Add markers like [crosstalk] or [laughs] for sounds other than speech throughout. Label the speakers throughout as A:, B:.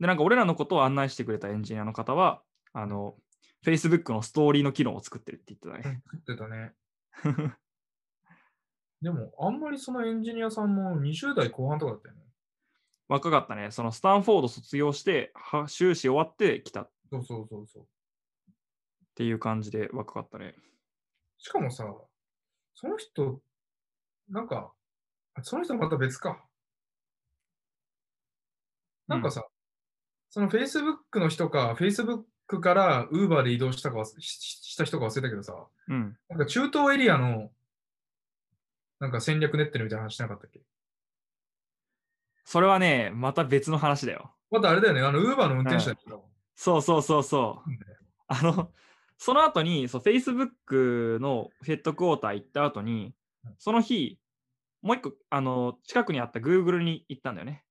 A: で、なんか俺らのことを案内してくれたエンジニアの方は、あの、Facebook のストーリーの機能を作ってるって言って
B: 作ってたね。
A: た [laughs] ね。
B: でも、あんまりそのエンジニアさんも20代後半とかだったよね。
A: 若かったね。そのスタンフォード卒業して、は修士終わってきたっ
B: そうそうそうそう。
A: ていう感じで若かったね。
B: しかもさ、その人、なんか、その人また別か。なんかさ、その Facebook の人か、Facebook から Uber で移動したかはししした人か忘れたけどさ、
A: うん。
B: なんか中東エリアの、なんか戦略練ってるみたいな話しなかったっけ
A: それはね、また別の話だよ。
B: またあれだよね、あの Uber の運転手だけど、
A: そうそうそうそう。あの、その後に、そう、Facebook のヘッドクォーター行った後に
B: うん、
A: その日、もう一個、あの、近くにあった Google に行ったんだよね。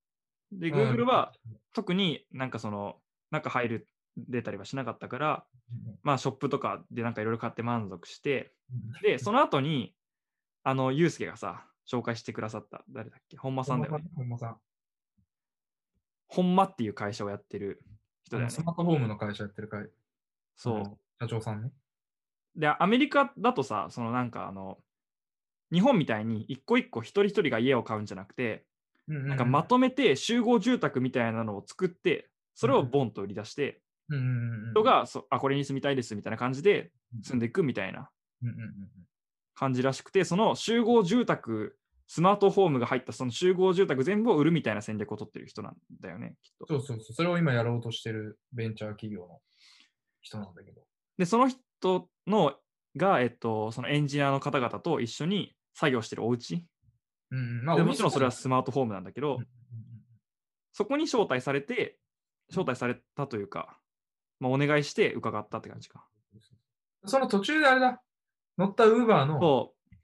A: で、Google は、特になんかその、中入る、出たりはしなかったから、まあ、ショップとかでなんかいろいろ買って満足して、で、その後に、あの、ユうスケがさ、紹介してくださった、誰だっけ、本間さんだよね。
B: 本間さん。
A: 本間っていう会社をやってる人だよね
B: ス。マートホームの会社やってる会
A: そう。
B: 社長さんね。
A: で、アメリカだとさ、そのなんかあの、日本みたいに一個一個一人一人が家を買うんじゃなくて、
B: な
A: なんかま、とめて集合住宅みたいなのを作って、それをボンと売り出して、
B: うんうんうん、
A: 人、がそあ、これに住みたいですみたいな感じで
B: うん
A: 住んでいくみたいな
B: うんうんうんうん、
A: 感じらしくて、その集合住宅、スマートホームが入ったその集合住宅全部を売るみたいな戦略を取ってる人なんだよね、きっと。
B: そうそうそう、それを今やろうとしてるベンチャー企業の人なんだけど。
A: で、その人のが、えっと、そのエンジニアの方々と一緒に作業してるお家
B: うんうんまあ
A: でもちろんそれは
B: お店
A: スマートフォームなんだけど、
B: うんうん
A: そこに招待されて、招待されたというか、まあ、お願いして伺ったって感じか。
B: うんその途中であれだ、乗ったウーバーの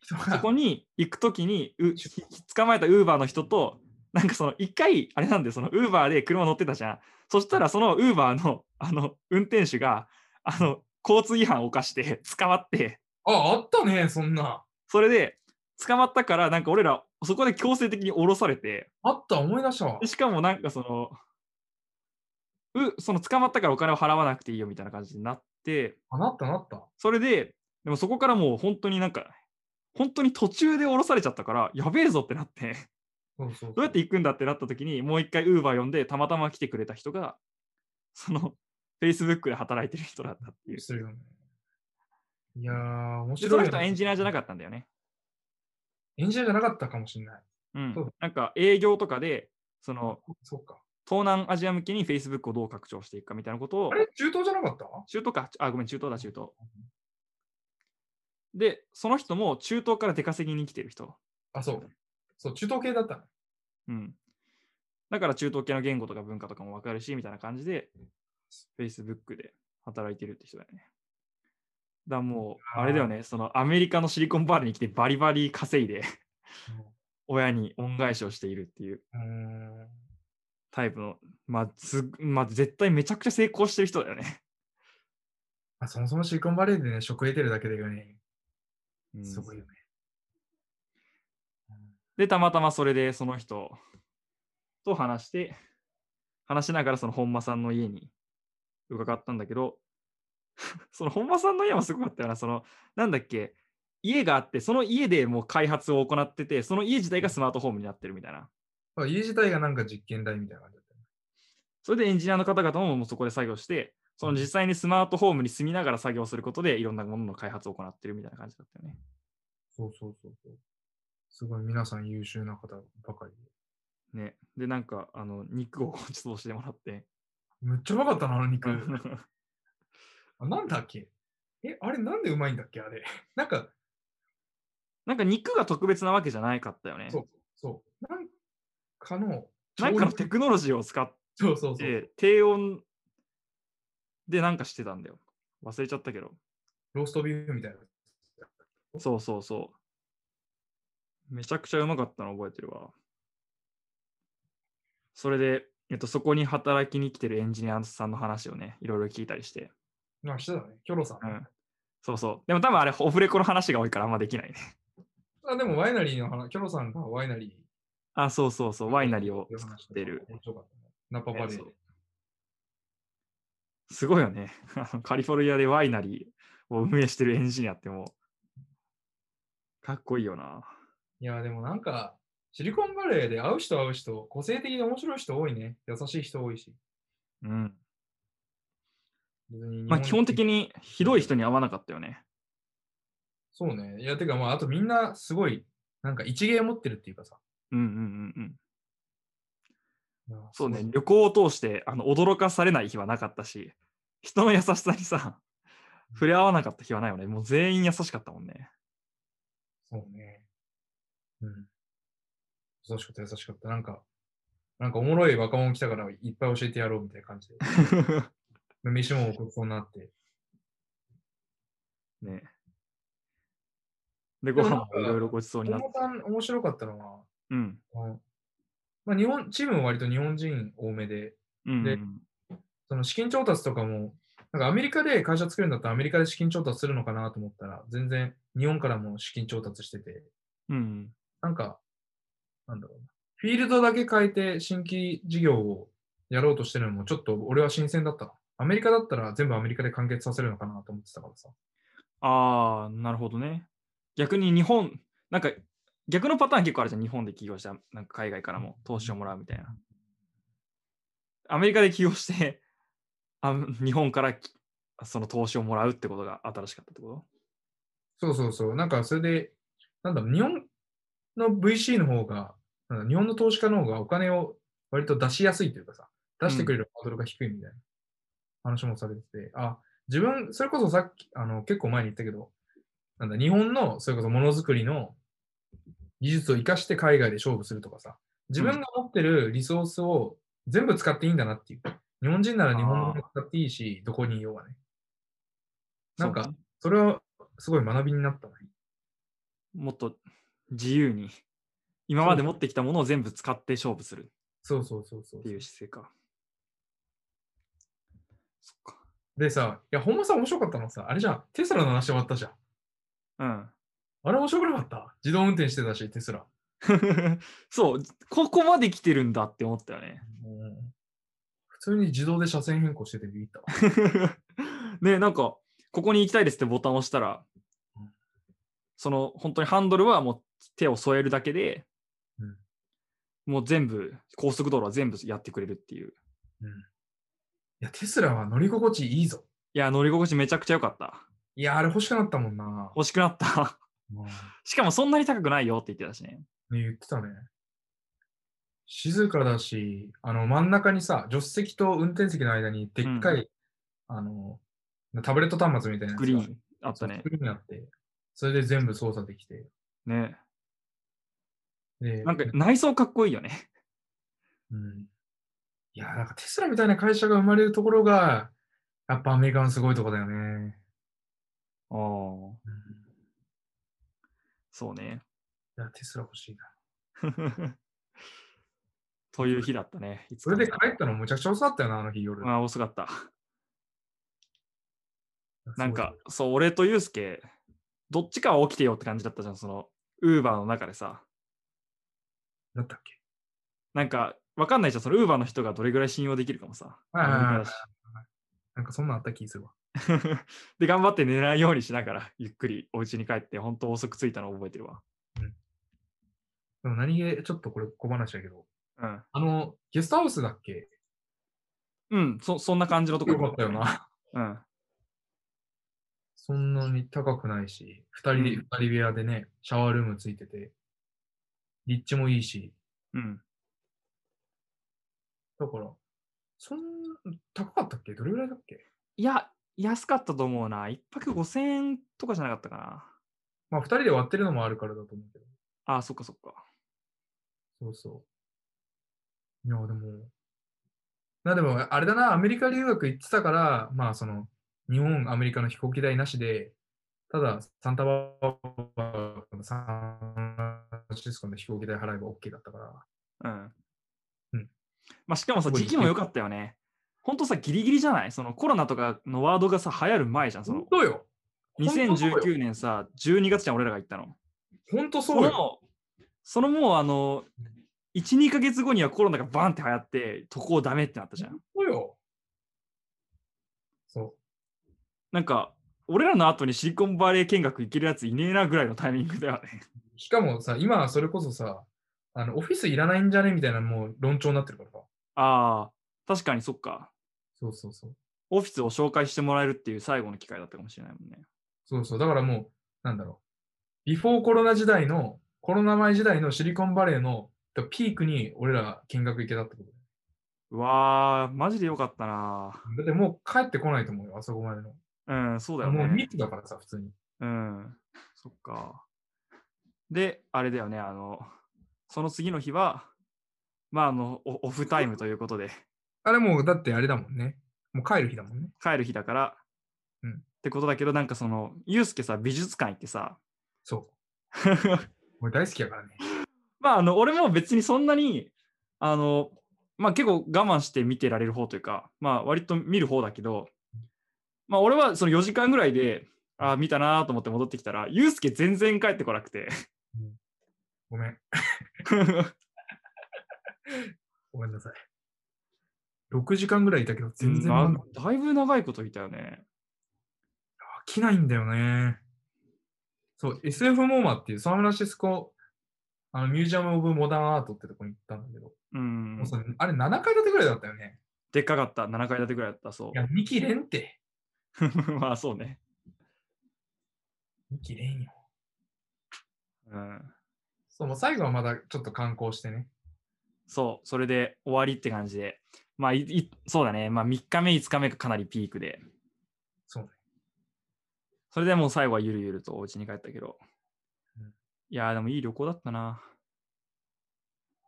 A: そ
B: 人
A: う、そ
B: が、
A: こに行くときにう、ひ捕まえたウーバーの人と、なんかその一回、あれなんで、そのウーバーで車乗ってたじゃん。そしたら、そのウーバーのあの運転手が、あの交通違反を犯して捕まって、
B: あ、あったね、そんな。
A: それで捕まったから、なんか俺ら、そこで強制的に降ろされて、
B: あった、思い出したわ
A: で。しかもなんかその、う、その捕まったからお金を払わなくていいよみたいな感じになって、
B: あ、なった、なった。
A: それで、でもそこからもう本当になんか、本当に途中で降ろされちゃったから、やべえぞってなって、
B: そうそうそう
A: どうやって行くんだってなった時に、もう一回 Uber 呼んで、たまたま来てくれた人が、その、Facebook で働いてる人だったっていう。
B: するよね。いやー、面
A: でそ
B: 白
A: の
B: い、ね。
A: 人はエンジニアじゃな
B: かっ
A: かったんだよね。
B: た。エンジニアじゃなかったかもしれない。
A: うん
B: そう。
A: なんか営業とかで、その、
B: そうか。
A: 東南アジア向けに Facebook をどう拡張していくかみたいなことを
B: あ、れ、中東じゃなかった
A: 中東か、あ、ごめん、中東だ、中東。で、その人も中東から出稼ぎに来てる人。
B: あ、そう。そう、中東系だったね。
A: うん。だから中東系の言語とか文化とかもわかるし、みたいな感じで、Facebook で働いてるって人だよね。だからもう、
B: あー
A: あれだよね、そのアメリカのシリコンバレーに来てバリバリ稼いで、 [laughs] 親に恩返しをしているっていう
B: うん。うーん
A: タイプの、まあ、すまあ、絶対めちゃくちゃ成功してる人だよね。
B: まあ、そもそもシリコンバレーでね、職得てるだけでよね、
A: うん
B: すごいよね。
A: で、たまたまそれでその人と話して、話しながらその本間さんの家に伺ったんだけど、 [laughs] その本間さんの家もすごかったよな、その、なんだっけ、家があって、その家でもう開発を行ってて、その家自体がスマートフォームになってるみたいな。
B: まあ家自体がなんか実験台みたいな感じだったよね。
A: それでエンジニアの方々ももうそこで作業して、その実際にスマートフォームに住みながら作業することで、いろんなものの開発を行ってるみたいな感じだったよね。
B: そうそうそうそう。すごい皆さん優秀な方ばかりで。
A: ね。で、なんか、あの、肉をごちそうしてもらって。
B: めっちゃうまかったな、あの肉。あなんだっけえ、あれなんでうまいんだっけあれ。 [laughs] なんか、
A: [laughs] なんか肉が特別なわけじゃないかったよね。
B: そう、そう。なんかの、
A: なんかの
B: 調
A: テクノロジーを使っ
B: 理そうそうそう。
A: て、低温でなんかしてたんだよ。忘れちゃったけど。
B: ローストビューみたいな。
A: そうそうそう。めちゃくちゃうまかったの覚えてるわ。それで、えっと、そこに働きに来てるエンジニアさんの話をね、いろいろ聞いたりして。
B: まあ、してたね。キョロさん。
A: うん。そうそう。でも多分あれ、オフレコの話が多いからあんまできないね。
B: あでも、ワイナリーの話、キョロさんがワイナリー
A: あ、そうそうそう。ワイナリーを
B: の
A: 作
B: 話
A: ってる。
B: 面白かったね。ナパバレー
A: え
B: で
A: そうすごいよね。 [laughs] あのカリフォルニアでワイナリーを運営してるエンジニアってもう、かっこいいよな。
B: いや、でもなんか、シリコンバレーで会う人会う人、個性的で面白い人多いね。優しい人多いし。
A: うん。
B: 別に
A: まあ、基本
B: に。
A: 的にひどい人に会わなかったよね。
B: そうね。いや、てかまあ、あとみんなすごい、なんか一芸持ってるっていうかさ。
A: うんうんうんうん。
B: いや
A: そうね
B: すごい、
A: 旅行を通してあの驚かされない日はなかったし、人の優しさにさ、触れ合わなかった日はないよね。もう全員優しかったもん [laughs] ね。
B: そうね。うん。優しかった、優しかった。なんか、なんかおもろい若者来たからいっぱい教えてやろうみたいな感じで。 [laughs] 飯も送りそうになって。
A: ねで、
B: で
A: ご飯
B: もなん
A: も
B: か
A: いろいろごちそうにな
B: 本
A: って
B: 間。さん面白かったのは、
A: うん。
B: あのまあ、日本、チームは割と日本人多めで、
A: うん、
B: でその資金調達とかも、なんかアメリカで会社作るんだったらアメリカで資金調達するのかなと思ったら、全然日本からも資金調達してて、
A: うん。
B: なんか、なんだろうな。フィールドだけ変えて新規事業をやろうとしてるのもちょっと俺は新鮮だったな。アメリカだったら全部アメリカで完結させるのかなと思ってたからさ。
A: ああ、なるほどね。逆に日本、なんか逆のパターン結構あるじゃん。日本で起業した、なんか海外からも投資をもらうみたいな。アメリカで起業して、 [laughs] あ日本からきその投資をもらうってことが新しかったってこと
B: そうそうそう。なんかそれで、なんだろう、日本の VC の方が、なんだ日本の投資家の方がお金を割と出しやすいというかさ、出してくれるハードルが低いみたいな話もされてて、あ、自分、それこそさっき、あの、結構前に言ったけど、なんだ、日本の、それこそものづくりの技術を活かして海外で勝負するとかさ、自分が持ってるリソースを全部使っていいんだなっていう。日本人なら日本のもの使っていいし、どこにいようがね。なんか
A: そうね
B: それはすごい学びになったね。
A: もっと自由に、今まで持ってきたものを全部使って勝負する
B: そうそうそうそう
A: って。いう姿勢か。そっか。
B: でさ、いや、本間さん面白かったのさ、あれじゃん、テスラの話終わったじゃん。
A: うん。
B: あれ面白くなかった自動運転してたし、テスラ。
A: [laughs] そう、ここまで来てるんだって思ったよね。
B: 普通に自動で車線変更しててビ
A: [laughs]
B: ビったわ。
A: ね、なんか、ここに行きたいですってボタンを押したら
B: うん、
A: その本当にハンドルはもう手を添えるだけで、
B: うん
A: もう全部、高速道路は全部やってくれるっていう。
B: うん、いや、テスラは乗り心地いいぞ。
A: いや、乗り心地めちゃくちゃ良かった。
B: いや、あれ欲しくなったもんな。
A: 欲しくなった。 [laughs]
B: うん
A: しかもそんなに高くないよって言ってたしね。
B: ね、言ってたね。静かだし、あの真ん中にさ、助手席と運転席の間にでっかい、あの、タブレット端末みたいなやつ
A: グ
B: が
A: リーンあった
B: そう
A: ね
B: ス。クリーンあって、それで全部操作できて。
A: ね。
B: で
A: なんか内装かっこいいよね。
B: うん、いや、なんかテスラみたいな会社が生まれるところが、やっぱアメリカのすごいとこだよね。
A: ああ、そうね。 [laughs]
B: いや、テスラ欲しいな。
A: という日だったね。いつ
B: そ
A: か
B: れ
A: ね
B: で帰ったのむちゃくちゃ遅かったよな、あの日夜。
A: ああ、遅かった。なんか、そう、俺とユうスケ、どっちかは起きてよって感じだったじゃん、その、ウーバーの中でさ。
B: だったっけ
A: なんか、わかんないじゃん、そのウーバーの人がどれぐらい信用できるかもさ。
B: はいはいはい
A: あ
B: なんかそんなんあった気するわ。
A: の昔 [laughs] で、頑張って寝ないようにしながら、ゆっくりお家に帰って、本当遅く着いたのを覚えてるわ。
B: でも何気、ちょっとこれ小話だけど、
A: うん。
B: あの、ゲストハウスだっけ
A: うん、そそんな感じのとこ
B: よかったよ。な。
A: うん。
B: そんなに高くないし、二人で、
A: う
B: 二
A: ん
B: 人部屋でね、シャワールームついてて、立地もいいし、
A: うん。
B: だから、そん高かったっけどれぐらいだっけ
A: いや、安かったと思うな。一泊5000円とかじゃなかったかな。
B: まあ、二人で割ってるのもあるからだと思うけど。
A: ああ、そっかそっか。
B: そうそう。いや、でも、な、でも、あれだな、アメリカ留学行ってたから、まあ、その、日本、アメリカの飛行機代なしで、ただ、サンタババサンフランシスコの飛行機代払えば OK だったから。
A: うん。
B: うん
A: まあ、しかもさ、
B: すごい
A: 時期も良かったよね。ほんとさ、ギリギリじゃないそのコロナとかのワードがさ、流行る前じゃん。その
B: 本当よ。
A: 2019年さ、12月じゃん、俺らが行ったの。
B: 本当そ
A: そう
B: よ。
A: の、そのもうあの、1、2ヶ月後にはコロナがバンって流行って、渡航ダメってなったじゃん。
B: そうよ。
A: なんか、俺らの後にシリコンバレー見学行けるやついねえなぐらいのタイミングだよ
B: [laughs]
A: ね。
B: しかもさ、今はそれこそさ、あのオフィスいらないんじゃねみたいなもう論調になってるからさ。
A: ああ、確かにそっか。
B: そうそうそう。
A: オフィスを紹介してもらえるっていう最後の機会だったかもしれないもんね。
B: そうそう。だからもう、なんだろう。ビフォーコロナ時代の、コロナ前時代のシリコンバレーのピークに俺ら見学行けたってこと
A: うわー、マジでよかったな。
B: だってもう帰ってこないと思うよ、あそこまでの。
A: うん、そうだよ
B: もう
A: ね。
B: 密だからさ、普通に。
A: うん、そっか。で、あれだよね、あの、その次の日は、まあ、あの、オオフタイムということで、
B: あれもう、だってあれだもんね。もう帰る日だもんね。
A: 帰る日だから、
B: うん
A: ってことだけど、なんかその、ユうスケさ、美術館行ってさ、
B: そ
A: [laughs]
B: う。俺大好きやからね。
A: まあ、あの、俺も別にそんなに、あの、まあ結構我慢して見てられる方というか、まあ割と見る方だけど、まあ俺はその4時間ぐらいで、ああ、見たなーと思って戻ってきたら、ユうスケ全然帰ってこなくて、[laughs]
B: ごめん。ごめんなさい。6時間ぐらいいたけど、全然
A: まあ
B: 満足
A: だいぶ長いこといたよね。
B: 飽きないんだよね。そう、SF モーマっていうサンフランシスコあのミュージアム・オブ・モダン・アートってとこに行ったんだけど、
A: うん
B: もう。それあれ7階建てぐらいだったよね。
A: でっかかった、7階建てぐらいだった、そ
B: いや、2期連って。
A: う。 [laughs] まあそうね。
B: 2期連よ。
A: うん。
B: そう、もう最後はまだちょっと観光してね。
A: そう、それで終わりって感じで。まあいいそうだね、まあ3日目、5日目がかなりピークで。
B: そうね。
A: それでもう最後はゆるゆるとお家に帰ったけど。
B: うん
A: いやーでもいい旅行だったな。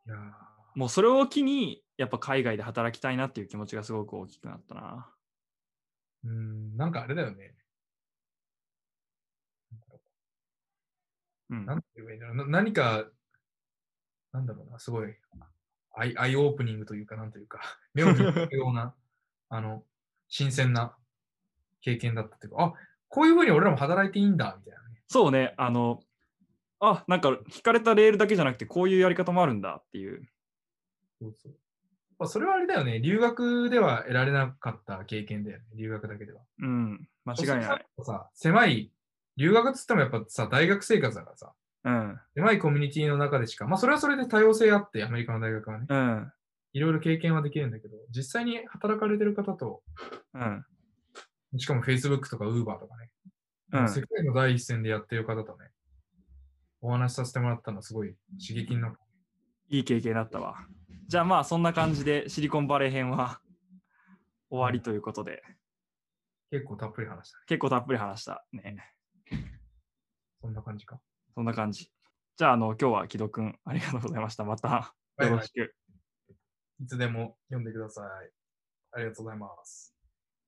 B: いやー
A: もうそれを機に、やっぱ海外で働きたいなっていう気持ちがすごく大きくなったな。
B: うーん、なんかあれだよね。
A: うん
B: な。んて言えばいいんだろう。な何か、なんだろうな、すごい、アイアイオープニングというか、なんというか、目を見開くような、あの、新鮮な経験だったというか、あこういうふうに俺らも働いていいんだ、みたいなね。
A: そうね、あの、あ、なんか引かれたレールだけじゃなくて、こういうやり方もあるんだっていう。
B: そうそう。まあ、それはあれだよね、留学では得られなかった経験だよね、留学だけでは。
A: うん、間違い
B: そう
A: ない。
B: するとさ、狭い、留学っつってもやっぱさ、大学生活だからさ、
A: うん、
B: 狭いコミュニティの中でしか、まあそれはそれで多様性あって、アメリカの大学はね、
A: うん、
B: いろいろ経験はできるんだけど、実際に働かれてる方と、
A: うん、
B: しかも Facebook とか Uber とかね、
A: うん。
B: 世界の第一線でやってる方とね、お話しさせてもらったのはすごい刺激になった。
A: いい経験だったわ。じゃあまあ、そんな感じでシリコンバレー編は終わりということで、
B: 結構たっぷり話したね。
A: 結構たっぷり話したね。
B: そんな感じか。
A: そんな感じ。じゃあ、あの、今日は木戸くん、ありがとうございました。また、
B: はい
A: よ
B: は
A: ろ
B: い
A: しく。
B: いつでも読んでください。ありがとうございます。